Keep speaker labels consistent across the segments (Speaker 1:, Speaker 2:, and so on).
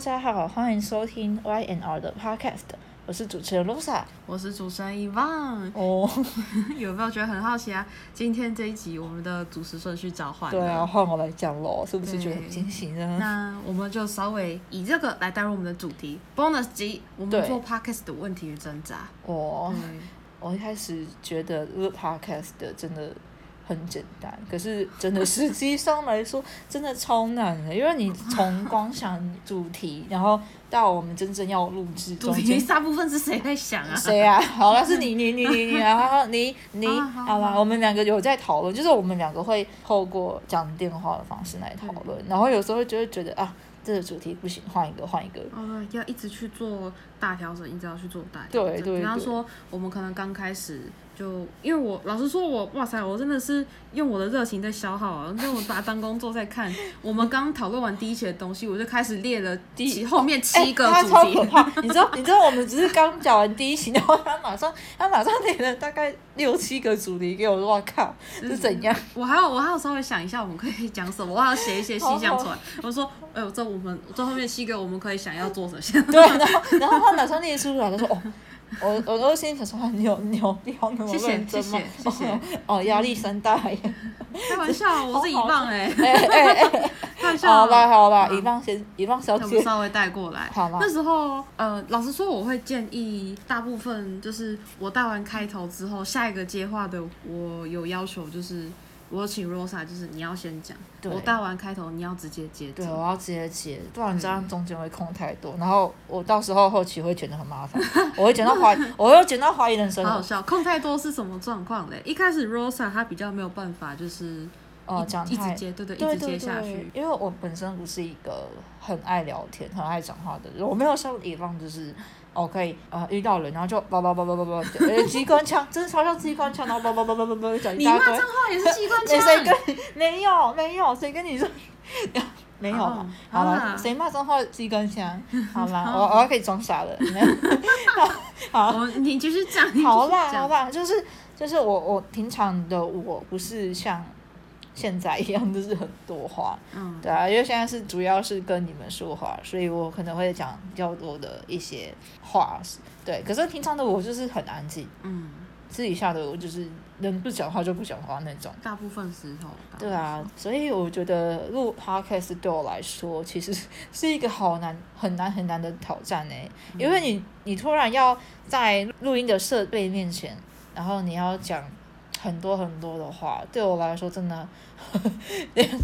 Speaker 1: 家好，欢迎收听 Y N R 的 Podcast，我是主持人 Rosa。
Speaker 2: 我是主持人遗忘，
Speaker 1: 哦，
Speaker 2: 有没有觉得很好奇啊？今天这一集我们的主持顺序召唤了
Speaker 1: 对啊，，换我来讲喽，是不是觉得很
Speaker 2: 对
Speaker 1: 惊喜呢？
Speaker 2: 那我们就稍微以这个来带入我们的主题 bonus 集，我
Speaker 1: 对
Speaker 2: 们做 podcast 的问题与挣扎。
Speaker 1: 我
Speaker 2: 对
Speaker 1: 我一开始觉得录 Podcast 的真的很简单，可是真的实际上来说 真的超难的，因为你从光想主题，然后到我们真正要录制
Speaker 2: 主
Speaker 1: 中
Speaker 2: 题
Speaker 1: 间
Speaker 2: 大部分是谁在想啊？
Speaker 1: 谁 啊？好了，是你你你你你，然后你你，
Speaker 2: 好好
Speaker 1: 好啦，
Speaker 2: 好
Speaker 1: 我们两个有在讨论，就是我们两个会透过讲电话的方式来讨
Speaker 2: 嗯
Speaker 1: 论，然后有时候就会觉得啊，这个主题不行，换一个，换一个。
Speaker 2: 哦，要一直去做大调整，一直要去做大
Speaker 1: 对
Speaker 2: 调整。
Speaker 1: 对
Speaker 2: 比方
Speaker 1: 对
Speaker 2: 说，我们可能刚开始就，因为我老实说我，哇塞，我真的是用我的热情在消耗啊，因为我把它当工作在看。我们刚讨论完第一期的东西，我就开始列了
Speaker 1: 第
Speaker 2: 第后面
Speaker 1: 哎
Speaker 2: 七个
Speaker 1: 他
Speaker 2: 主
Speaker 1: 超
Speaker 2: 题。
Speaker 1: 可怕！你知道，你知道，我们只是刚讲完第一期，然后他马上，他马上列了大概六七个主题给我，我靠，
Speaker 2: 嗯
Speaker 1: 是怎样？
Speaker 2: 我还有我还有稍微想一下我们可以讲什么，我还要写一些
Speaker 1: 好
Speaker 2: 细项出来。我说，哎呦，这我们这后面七个我们可以想要做什么？
Speaker 1: 对，然后，然后他马上列出来，他说：“哦，我我都心里想说，啊你有你有必要那么
Speaker 2: 谢谢
Speaker 1: 认真吗
Speaker 2: 谢谢谢谢？
Speaker 1: 哦，压力山大耶。”
Speaker 2: 开玩笑，我是一棒哎、
Speaker 1: 哎哎哎，
Speaker 2: 开玩笑。啊
Speaker 1: 好啦好啦，
Speaker 2: 好
Speaker 1: 一棒先一棒小
Speaker 2: 那我
Speaker 1: 姐
Speaker 2: 们，稍微带过来。
Speaker 1: 好啦
Speaker 2: 那时候，呃，老实说，我会建议大部分就是我带完开头之后，下一个接话的我有要求，就是我请 Rosa，就是你要先讲，
Speaker 1: 对
Speaker 2: 我带完开头你要直接接
Speaker 1: 对，
Speaker 2: 着。
Speaker 1: 我要直接接，不然这样中间会空太
Speaker 2: 嗯
Speaker 1: 多，然后我到时候后期会觉得很麻 烦，我会剪到怀，我会剪到怀疑人生
Speaker 2: 好好
Speaker 1: 了。
Speaker 2: 笑，空太多是什么状况嘞？一开始 Rosa 她比较没有办法，就是
Speaker 1: 哦，讲
Speaker 2: 一直
Speaker 1: 太。
Speaker 2: 接，对对，
Speaker 1: 对
Speaker 2: 一直接
Speaker 1: 对
Speaker 2: 下
Speaker 1: 对
Speaker 2: 去，。
Speaker 1: 因为我本身不是一个很爱聊天、很爱讲话的人，我没有像乙方就是哦可以呃遇到人然后就叭叭叭叭叭叭，呃机关枪，真的超像机关枪，然后叭叭叭叭叭叭讲一
Speaker 2: 你
Speaker 1: 大
Speaker 2: 骂
Speaker 1: 堆
Speaker 2: 脏。话 也是机关
Speaker 1: 没谁
Speaker 2: 枪，
Speaker 1: 跟 没有没有谁跟你说 没有啦
Speaker 2: 哦，
Speaker 1: 好
Speaker 2: 好
Speaker 1: 了，
Speaker 2: 啦
Speaker 1: 谁骂脏话机关枪？ 好啦，我我可以装傻了。
Speaker 2: 我们哦你就是这样， 你
Speaker 1: 好
Speaker 2: 继续
Speaker 1: 啦
Speaker 2: 讲
Speaker 1: 好啦，就是就是我我平常的我不是像现在一样，就是很多 话，
Speaker 2: 嗯，
Speaker 1: 对啊，因为现在是主要是跟你们说话，所以我可能会讲比较多的一些话，对。可是平常的我就是很安静，
Speaker 2: 嗯，
Speaker 1: 私底下的我就是能不讲话就不讲话那种。
Speaker 2: 大部分时候。
Speaker 1: 对啊，所以我觉得录 podcast 对我来说，其实是一个好难、很难、很难的挑战呢、因为
Speaker 2: 嗯
Speaker 1: 你你突然要在录音的设备面前，然后你要讲很多很多的话，对我来说真的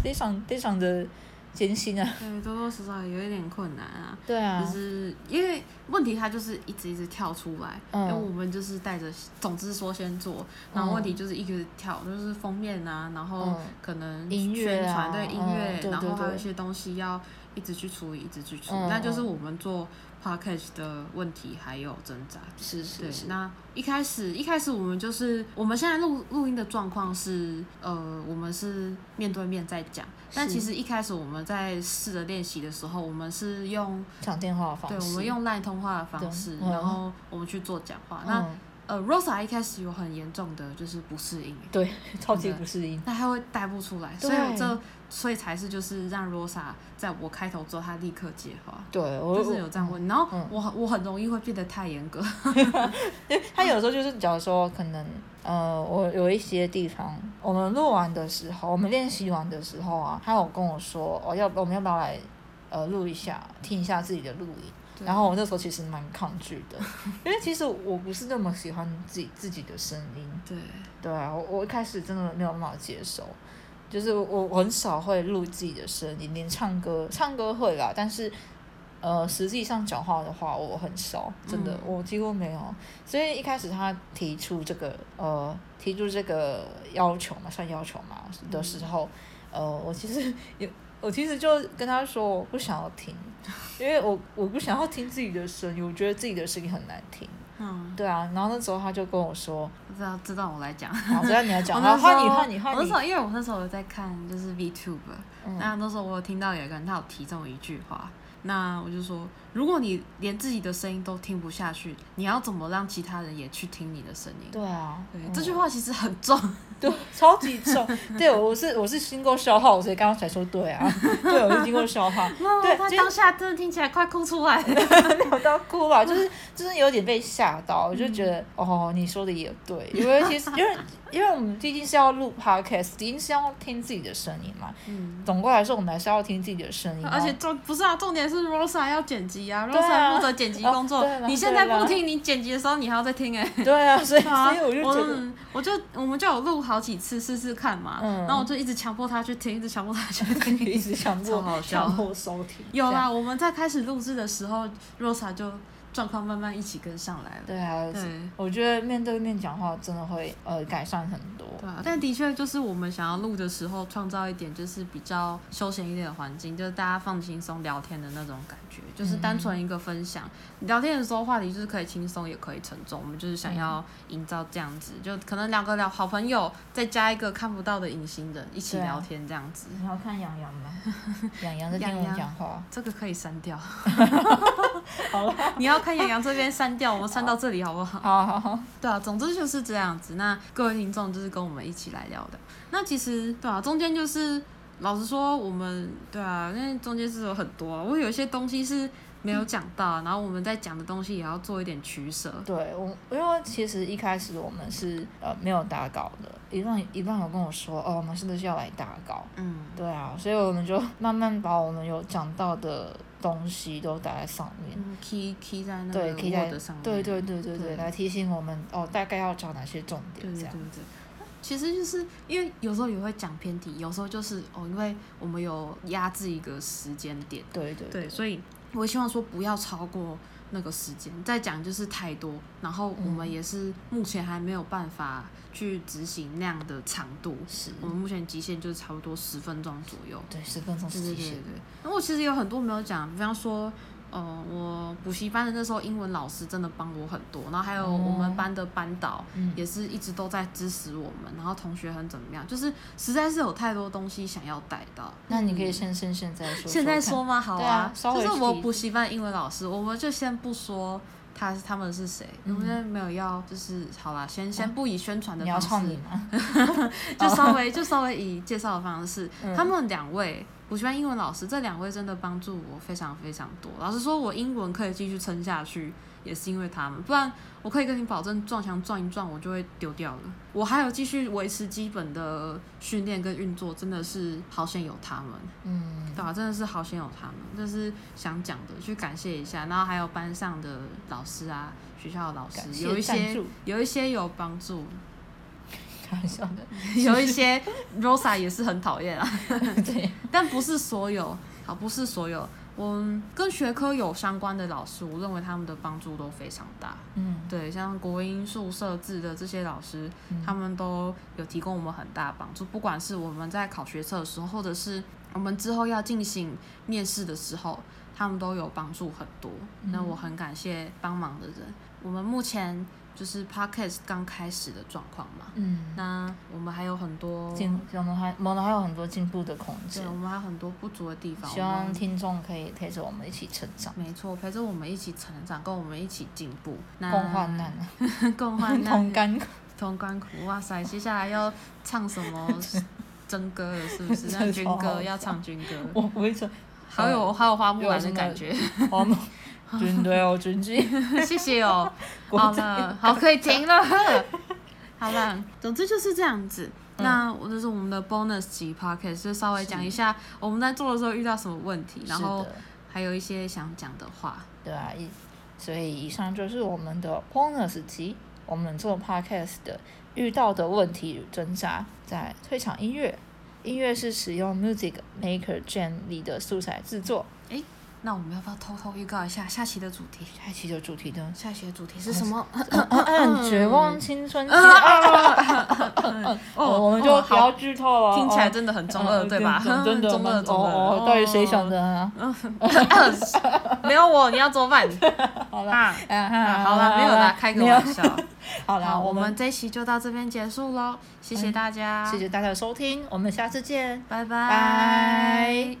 Speaker 1: 非常非常的艰辛啊。
Speaker 2: 对，多多少少有一点困难啊。
Speaker 1: 对啊
Speaker 2: 就，是因为问题，它就是一直一直跳出来，
Speaker 1: 嗯
Speaker 2: 因为我们就是带着，总之说先做，然后问题就是一直跳，就是封面啊，然后
Speaker 1: 嗯
Speaker 2: 可能
Speaker 1: 音乐啊
Speaker 2: 宣传对音乐，
Speaker 1: 嗯对
Speaker 2: 然
Speaker 1: 对
Speaker 2: 后还有
Speaker 1: 对
Speaker 2: 一些东西要一直去处理，一直去处理，
Speaker 1: 嗯
Speaker 2: 那就是
Speaker 1: 嗯
Speaker 2: 我们做 podcast 的问题还有挣扎。
Speaker 1: 是是
Speaker 2: 对
Speaker 1: 是，，
Speaker 2: 那一开始一开始我们就是我们现在录录音的状况是，呃，我们是面对面在讲，但
Speaker 1: 是
Speaker 2: 其实一开始我们在试着练习的时候，我们是用
Speaker 1: 讲电话的方
Speaker 2: 对
Speaker 1: 式。
Speaker 2: 我们用赖通话的
Speaker 1: 对
Speaker 2: 方式，
Speaker 1: 嗯
Speaker 2: 然后我们去做讲话。那
Speaker 1: 嗯，
Speaker 2: 呃，Rosa 一开始有很严重的就是不适应，
Speaker 1: 对，超级不适应。
Speaker 2: 那她会带不出来，
Speaker 1: 对
Speaker 2: 所以我这所以才是就是让 Rosa 在我开头之后，她立刻接话。
Speaker 1: 对我
Speaker 2: 就是有这样问，然后
Speaker 1: 哦嗯
Speaker 2: 我我很容易会变得太严格，
Speaker 1: 因为他有时候就是，假如说可能，呃，我有一些地方，我们录完的时候，我们练习完的时候啊，他有跟我说，哦，要不我们要不要来，呃，录一下，听一下自己的录音。
Speaker 2: 对
Speaker 1: 然后我那时候其实蛮抗拒的，因为其实我不是那么喜欢自己自己的声音，
Speaker 2: 对，
Speaker 1: 对啊，我我一开始真的没有办法接受，就是我我很少会录自己的声音，连唱歌唱歌会啦，但是呃，实际上讲话的话我很少，真的、
Speaker 2: 嗯
Speaker 1: 我几乎没有。所以一开始他提出这个呃提出这个要求嘛，算要求嘛的时候，呃，我其实有我其实就跟他说我不想要听，因为我我不想要听自己的声音，我觉得自己的声音很难听。
Speaker 2: 嗯，
Speaker 1: 对啊，然后那时候他就跟我说，
Speaker 2: 知道知道我来 讲。
Speaker 1: 好，这样你要讲，
Speaker 2: 我
Speaker 1: 好，
Speaker 2: 那时候
Speaker 1: 哦换你换你换
Speaker 2: 我那
Speaker 1: 你
Speaker 2: 时。候因为我那时候有在看就是 VTuber，、
Speaker 1: 嗯
Speaker 2: 那那时候我有听到有一个人他有提这么一句话，那我就说，如果你连自己的声音都听不下去，你要怎么让其他人也去听你的声音？
Speaker 1: 对啊，
Speaker 2: 对，
Speaker 1: 嗯
Speaker 2: 这句话其实很重，
Speaker 1: 对，超级重。对，我是我是经过消耗，所以刚刚才说对啊， 对，我是经过消 耗，
Speaker 3: 哇，
Speaker 1: 对
Speaker 3: 他
Speaker 1: 就是
Speaker 3: 当下真的听起来快哭出 来了。
Speaker 1: 没有到哭吧，就是就是有点被吓到，我就觉得、哦，你说的也对，因为其实因为因为我们毕竟是要录 podcast，一定是要听自己的声音嘛。
Speaker 2: 嗯，
Speaker 1: 总过来说，我们还是要听自己的声音啊，
Speaker 2: 而且重不是啊，重点是 Rosa 要剪辑啊
Speaker 1: 对啊
Speaker 2: ，Rosa 负责剪辑
Speaker 1: 哦
Speaker 2: 工作
Speaker 1: 对啦，
Speaker 2: 你现在
Speaker 1: 对啦
Speaker 2: 不听，你剪辑的时候你还要再听哎。
Speaker 1: 对啊，所以、
Speaker 2: 对啊，
Speaker 1: 所以我就觉得。
Speaker 2: 嗯我就我们就有录好几次试试看嘛，
Speaker 1: 嗯
Speaker 2: 然后我就一直强迫他去听，一直强迫他去 听。
Speaker 1: 一直强
Speaker 2: 超好
Speaker 1: 迫
Speaker 2: 笑
Speaker 1: 强迫收听，
Speaker 2: 有
Speaker 1: 这
Speaker 2: 啦，
Speaker 1: 样？
Speaker 2: 我们在开始录制的时候，Rosa 就状况慢慢一起跟上来了。
Speaker 1: 对啊，
Speaker 2: 对
Speaker 1: 我觉得面对面讲话真的会呃改善很多。
Speaker 2: 对啊，但的确就是我们想要录的时候，创造一点就是比较休闲一点的环境，就是大家放轻松聊天的那种感觉，就是单纯一个分享。你聊天的时候话题就是可以轻松，也可以沉重。我们就是想
Speaker 1: 嗯
Speaker 2: 要营造这样子，就可能两个聊好朋友，再加一个看不到的隐形人一起
Speaker 1: 对啊
Speaker 2: 聊天这样子。
Speaker 1: 你要看杨洋 吗？杨洋在听我
Speaker 2: 洋
Speaker 1: 们
Speaker 2: 洋
Speaker 1: 讲话，
Speaker 2: 这个可以删掉，
Speaker 1: 好了，
Speaker 2: 你要看杨洋这边删掉，我们删到这里好不好？
Speaker 1: 好好好，
Speaker 2: 对啊，总之就是这样子。那各位听众就是跟我们一起来聊的。那其实对啊，中间就是老实说，我们对啊，因为中间是有很多啊、我有一些东西是没有讲到啊，然后我们在讲的东西也要做一点取舍。
Speaker 1: 对我，因为其实一开始我们是呃没有打稿的，一浪一浪有跟我说，哦，我们是不是要来打稿？
Speaker 2: 嗯，
Speaker 1: 对啊，所以我们就慢慢把我们有讲到的东西都打在上面。
Speaker 2: 嗯，key key 在那
Speaker 1: 对
Speaker 2: 个
Speaker 1: 可以在
Speaker 2: Word 上面。
Speaker 1: 对对对对对，
Speaker 2: 对
Speaker 1: 来提醒我们哦，大概要找哪些重
Speaker 2: 对
Speaker 1: 点
Speaker 2: 对
Speaker 1: 这
Speaker 2: 对
Speaker 1: 样。
Speaker 2: 对。其实就是因为有时候也会讲偏题，有时候就是哦，因为我们有压制一个时间点，
Speaker 1: 对对
Speaker 2: 对，所以我希望说不要超过那个时间，再讲就是太多，然后我们也是目前还没有办法去执行那样的长度，
Speaker 1: 是，
Speaker 2: 我们目前极限就是差不多十分钟左右。
Speaker 1: 对十分钟
Speaker 2: 对
Speaker 1: 是
Speaker 2: 对
Speaker 1: 极
Speaker 2: 对
Speaker 1: 限
Speaker 2: 对。。那我其实有很多没有讲，比方说。呃，我补习班的那时候，英文老师真的帮我很多，然后还有我
Speaker 1: 哦
Speaker 2: 们班的班导
Speaker 1: 嗯
Speaker 2: 也是一直都在支持我们，然后同学很怎么样，就是实在是有太多东西想要带到。
Speaker 1: 那你可以先先现在说看，
Speaker 2: 嗯现在说吗？好
Speaker 1: 对啊稍微
Speaker 2: 就是我
Speaker 1: 提
Speaker 2: 补习班英文老师，我们就先不说他他们是谁，
Speaker 1: 嗯哦
Speaker 2: 因为没有要就是好啦，先先不以宣传的
Speaker 1: 你要
Speaker 2: 方
Speaker 1: 唱
Speaker 2: 式
Speaker 1: 你，吗？
Speaker 2: 就稍 微就稍微以介绍的方式
Speaker 1: 嗯，
Speaker 2: 他们两位。补习班英文老师这两位真的帮助我非常非常多。老实说，我英文可以继续撑下去，也是因为他们。不然，我可以跟你保证，撞墙撞一撞，我就会丢掉了。我还有继续维持基本的训练跟运作，真的是好险有他们。
Speaker 1: 嗯，
Speaker 2: 对啊，真的是好险有他们，这是想讲的，去感谢一下。然后还有班上的老师啊，学校的老
Speaker 1: 感
Speaker 2: 师，
Speaker 1: 谢
Speaker 2: 有一
Speaker 1: 赞
Speaker 2: 些
Speaker 1: 助
Speaker 2: 有一些有帮助，
Speaker 1: 开玩笑的，
Speaker 2: 有一些 Rosa 也是很讨厌啊，
Speaker 1: 对，
Speaker 2: 但不是所有，好，不是所有。嗯，跟学科有相关的老师，我认为他们的帮助都非常大。
Speaker 1: 嗯，
Speaker 2: 对，像国英数设置的这些老师，
Speaker 1: 嗯
Speaker 2: 他们都有提供我们很大的帮助，不管是我们在考学测的时候，或者是我们之后要进行面试的时候，他们都有帮助很多。
Speaker 1: 嗯
Speaker 2: 那我很感谢帮忙的人。我们目前就是 podcast 刚开始的状况嘛，
Speaker 1: 嗯，
Speaker 2: 那我们还有很多，
Speaker 1: 进我们还我们还有很多进步的空
Speaker 2: 对，
Speaker 1: 间
Speaker 2: 我，们还有很多不足的地方。
Speaker 1: 希
Speaker 2: 我
Speaker 1: 望
Speaker 2: 们
Speaker 1: 听众可以陪着我们一起成长，
Speaker 2: 没错，陪着我们一起成长，跟我们一起进步。那
Speaker 1: 共患难，啊，
Speaker 2: 共患难，
Speaker 1: 同甘苦，
Speaker 2: 同甘苦，哇塞！接下来要唱什么 真歌了？是不是？
Speaker 1: 真
Speaker 2: 那
Speaker 1: 的
Speaker 2: 军
Speaker 1: 超好
Speaker 2: 歌
Speaker 1: 笑
Speaker 2: 要唱军歌，
Speaker 1: 我不会唱，
Speaker 2: 好有好有花木兰
Speaker 1: 有什
Speaker 2: 的
Speaker 1: 么
Speaker 2: 感觉。
Speaker 1: 我 们军队哦，军纪，
Speaker 2: 谢 谢哦。
Speaker 1: 国
Speaker 2: 好
Speaker 1: 际
Speaker 2: 了，好，可以 停了。好了，嗯总之就是这样子。那我这是我们的 bonus 集 podcast，就稍微讲一下我们在做的时候遇到什么问题，然后
Speaker 1: 是的
Speaker 2: 还有一些想讲的话。
Speaker 1: 对啊，以所以以上就是我们的 bonus 集，我们做 podcast 的遇到的问题与挣扎。在退场音乐，音乐是使用 Music Maker Jam 里的素材制作。
Speaker 2: 那我们要不要偷偷预告一下下期的主题？？
Speaker 1: 下一期的主题呢
Speaker 2: 下期的主题是什 么？嗯
Speaker 1: 绝望青春 期啊！哦，我们就
Speaker 2: 哦
Speaker 1: 不
Speaker 2: 好
Speaker 1: 要剧透了。
Speaker 2: 听起来
Speaker 1: 哦
Speaker 2: 真的很中二，对吧？
Speaker 1: 嗯 真的
Speaker 2: 中二，
Speaker 1: 蛮
Speaker 2: 中嗯二。
Speaker 1: 哦哦，到底谁想
Speaker 2: 的？
Speaker 1: 的啊？
Speaker 2: 没有我，你要怎么办？
Speaker 1: 好了，
Speaker 2: 啊，啊
Speaker 1: 啊
Speaker 2: 好了，没有啦，开个
Speaker 1: 没有
Speaker 2: 玩笑。
Speaker 1: 好了，
Speaker 2: 好，我
Speaker 1: 我
Speaker 2: 们
Speaker 1: 们嗯
Speaker 2: 这一期就到这边结束喽，谢谢大家，
Speaker 1: 谢，谢大家的收听，我们下次见。
Speaker 2: 拜
Speaker 1: 拜
Speaker 2: 拜。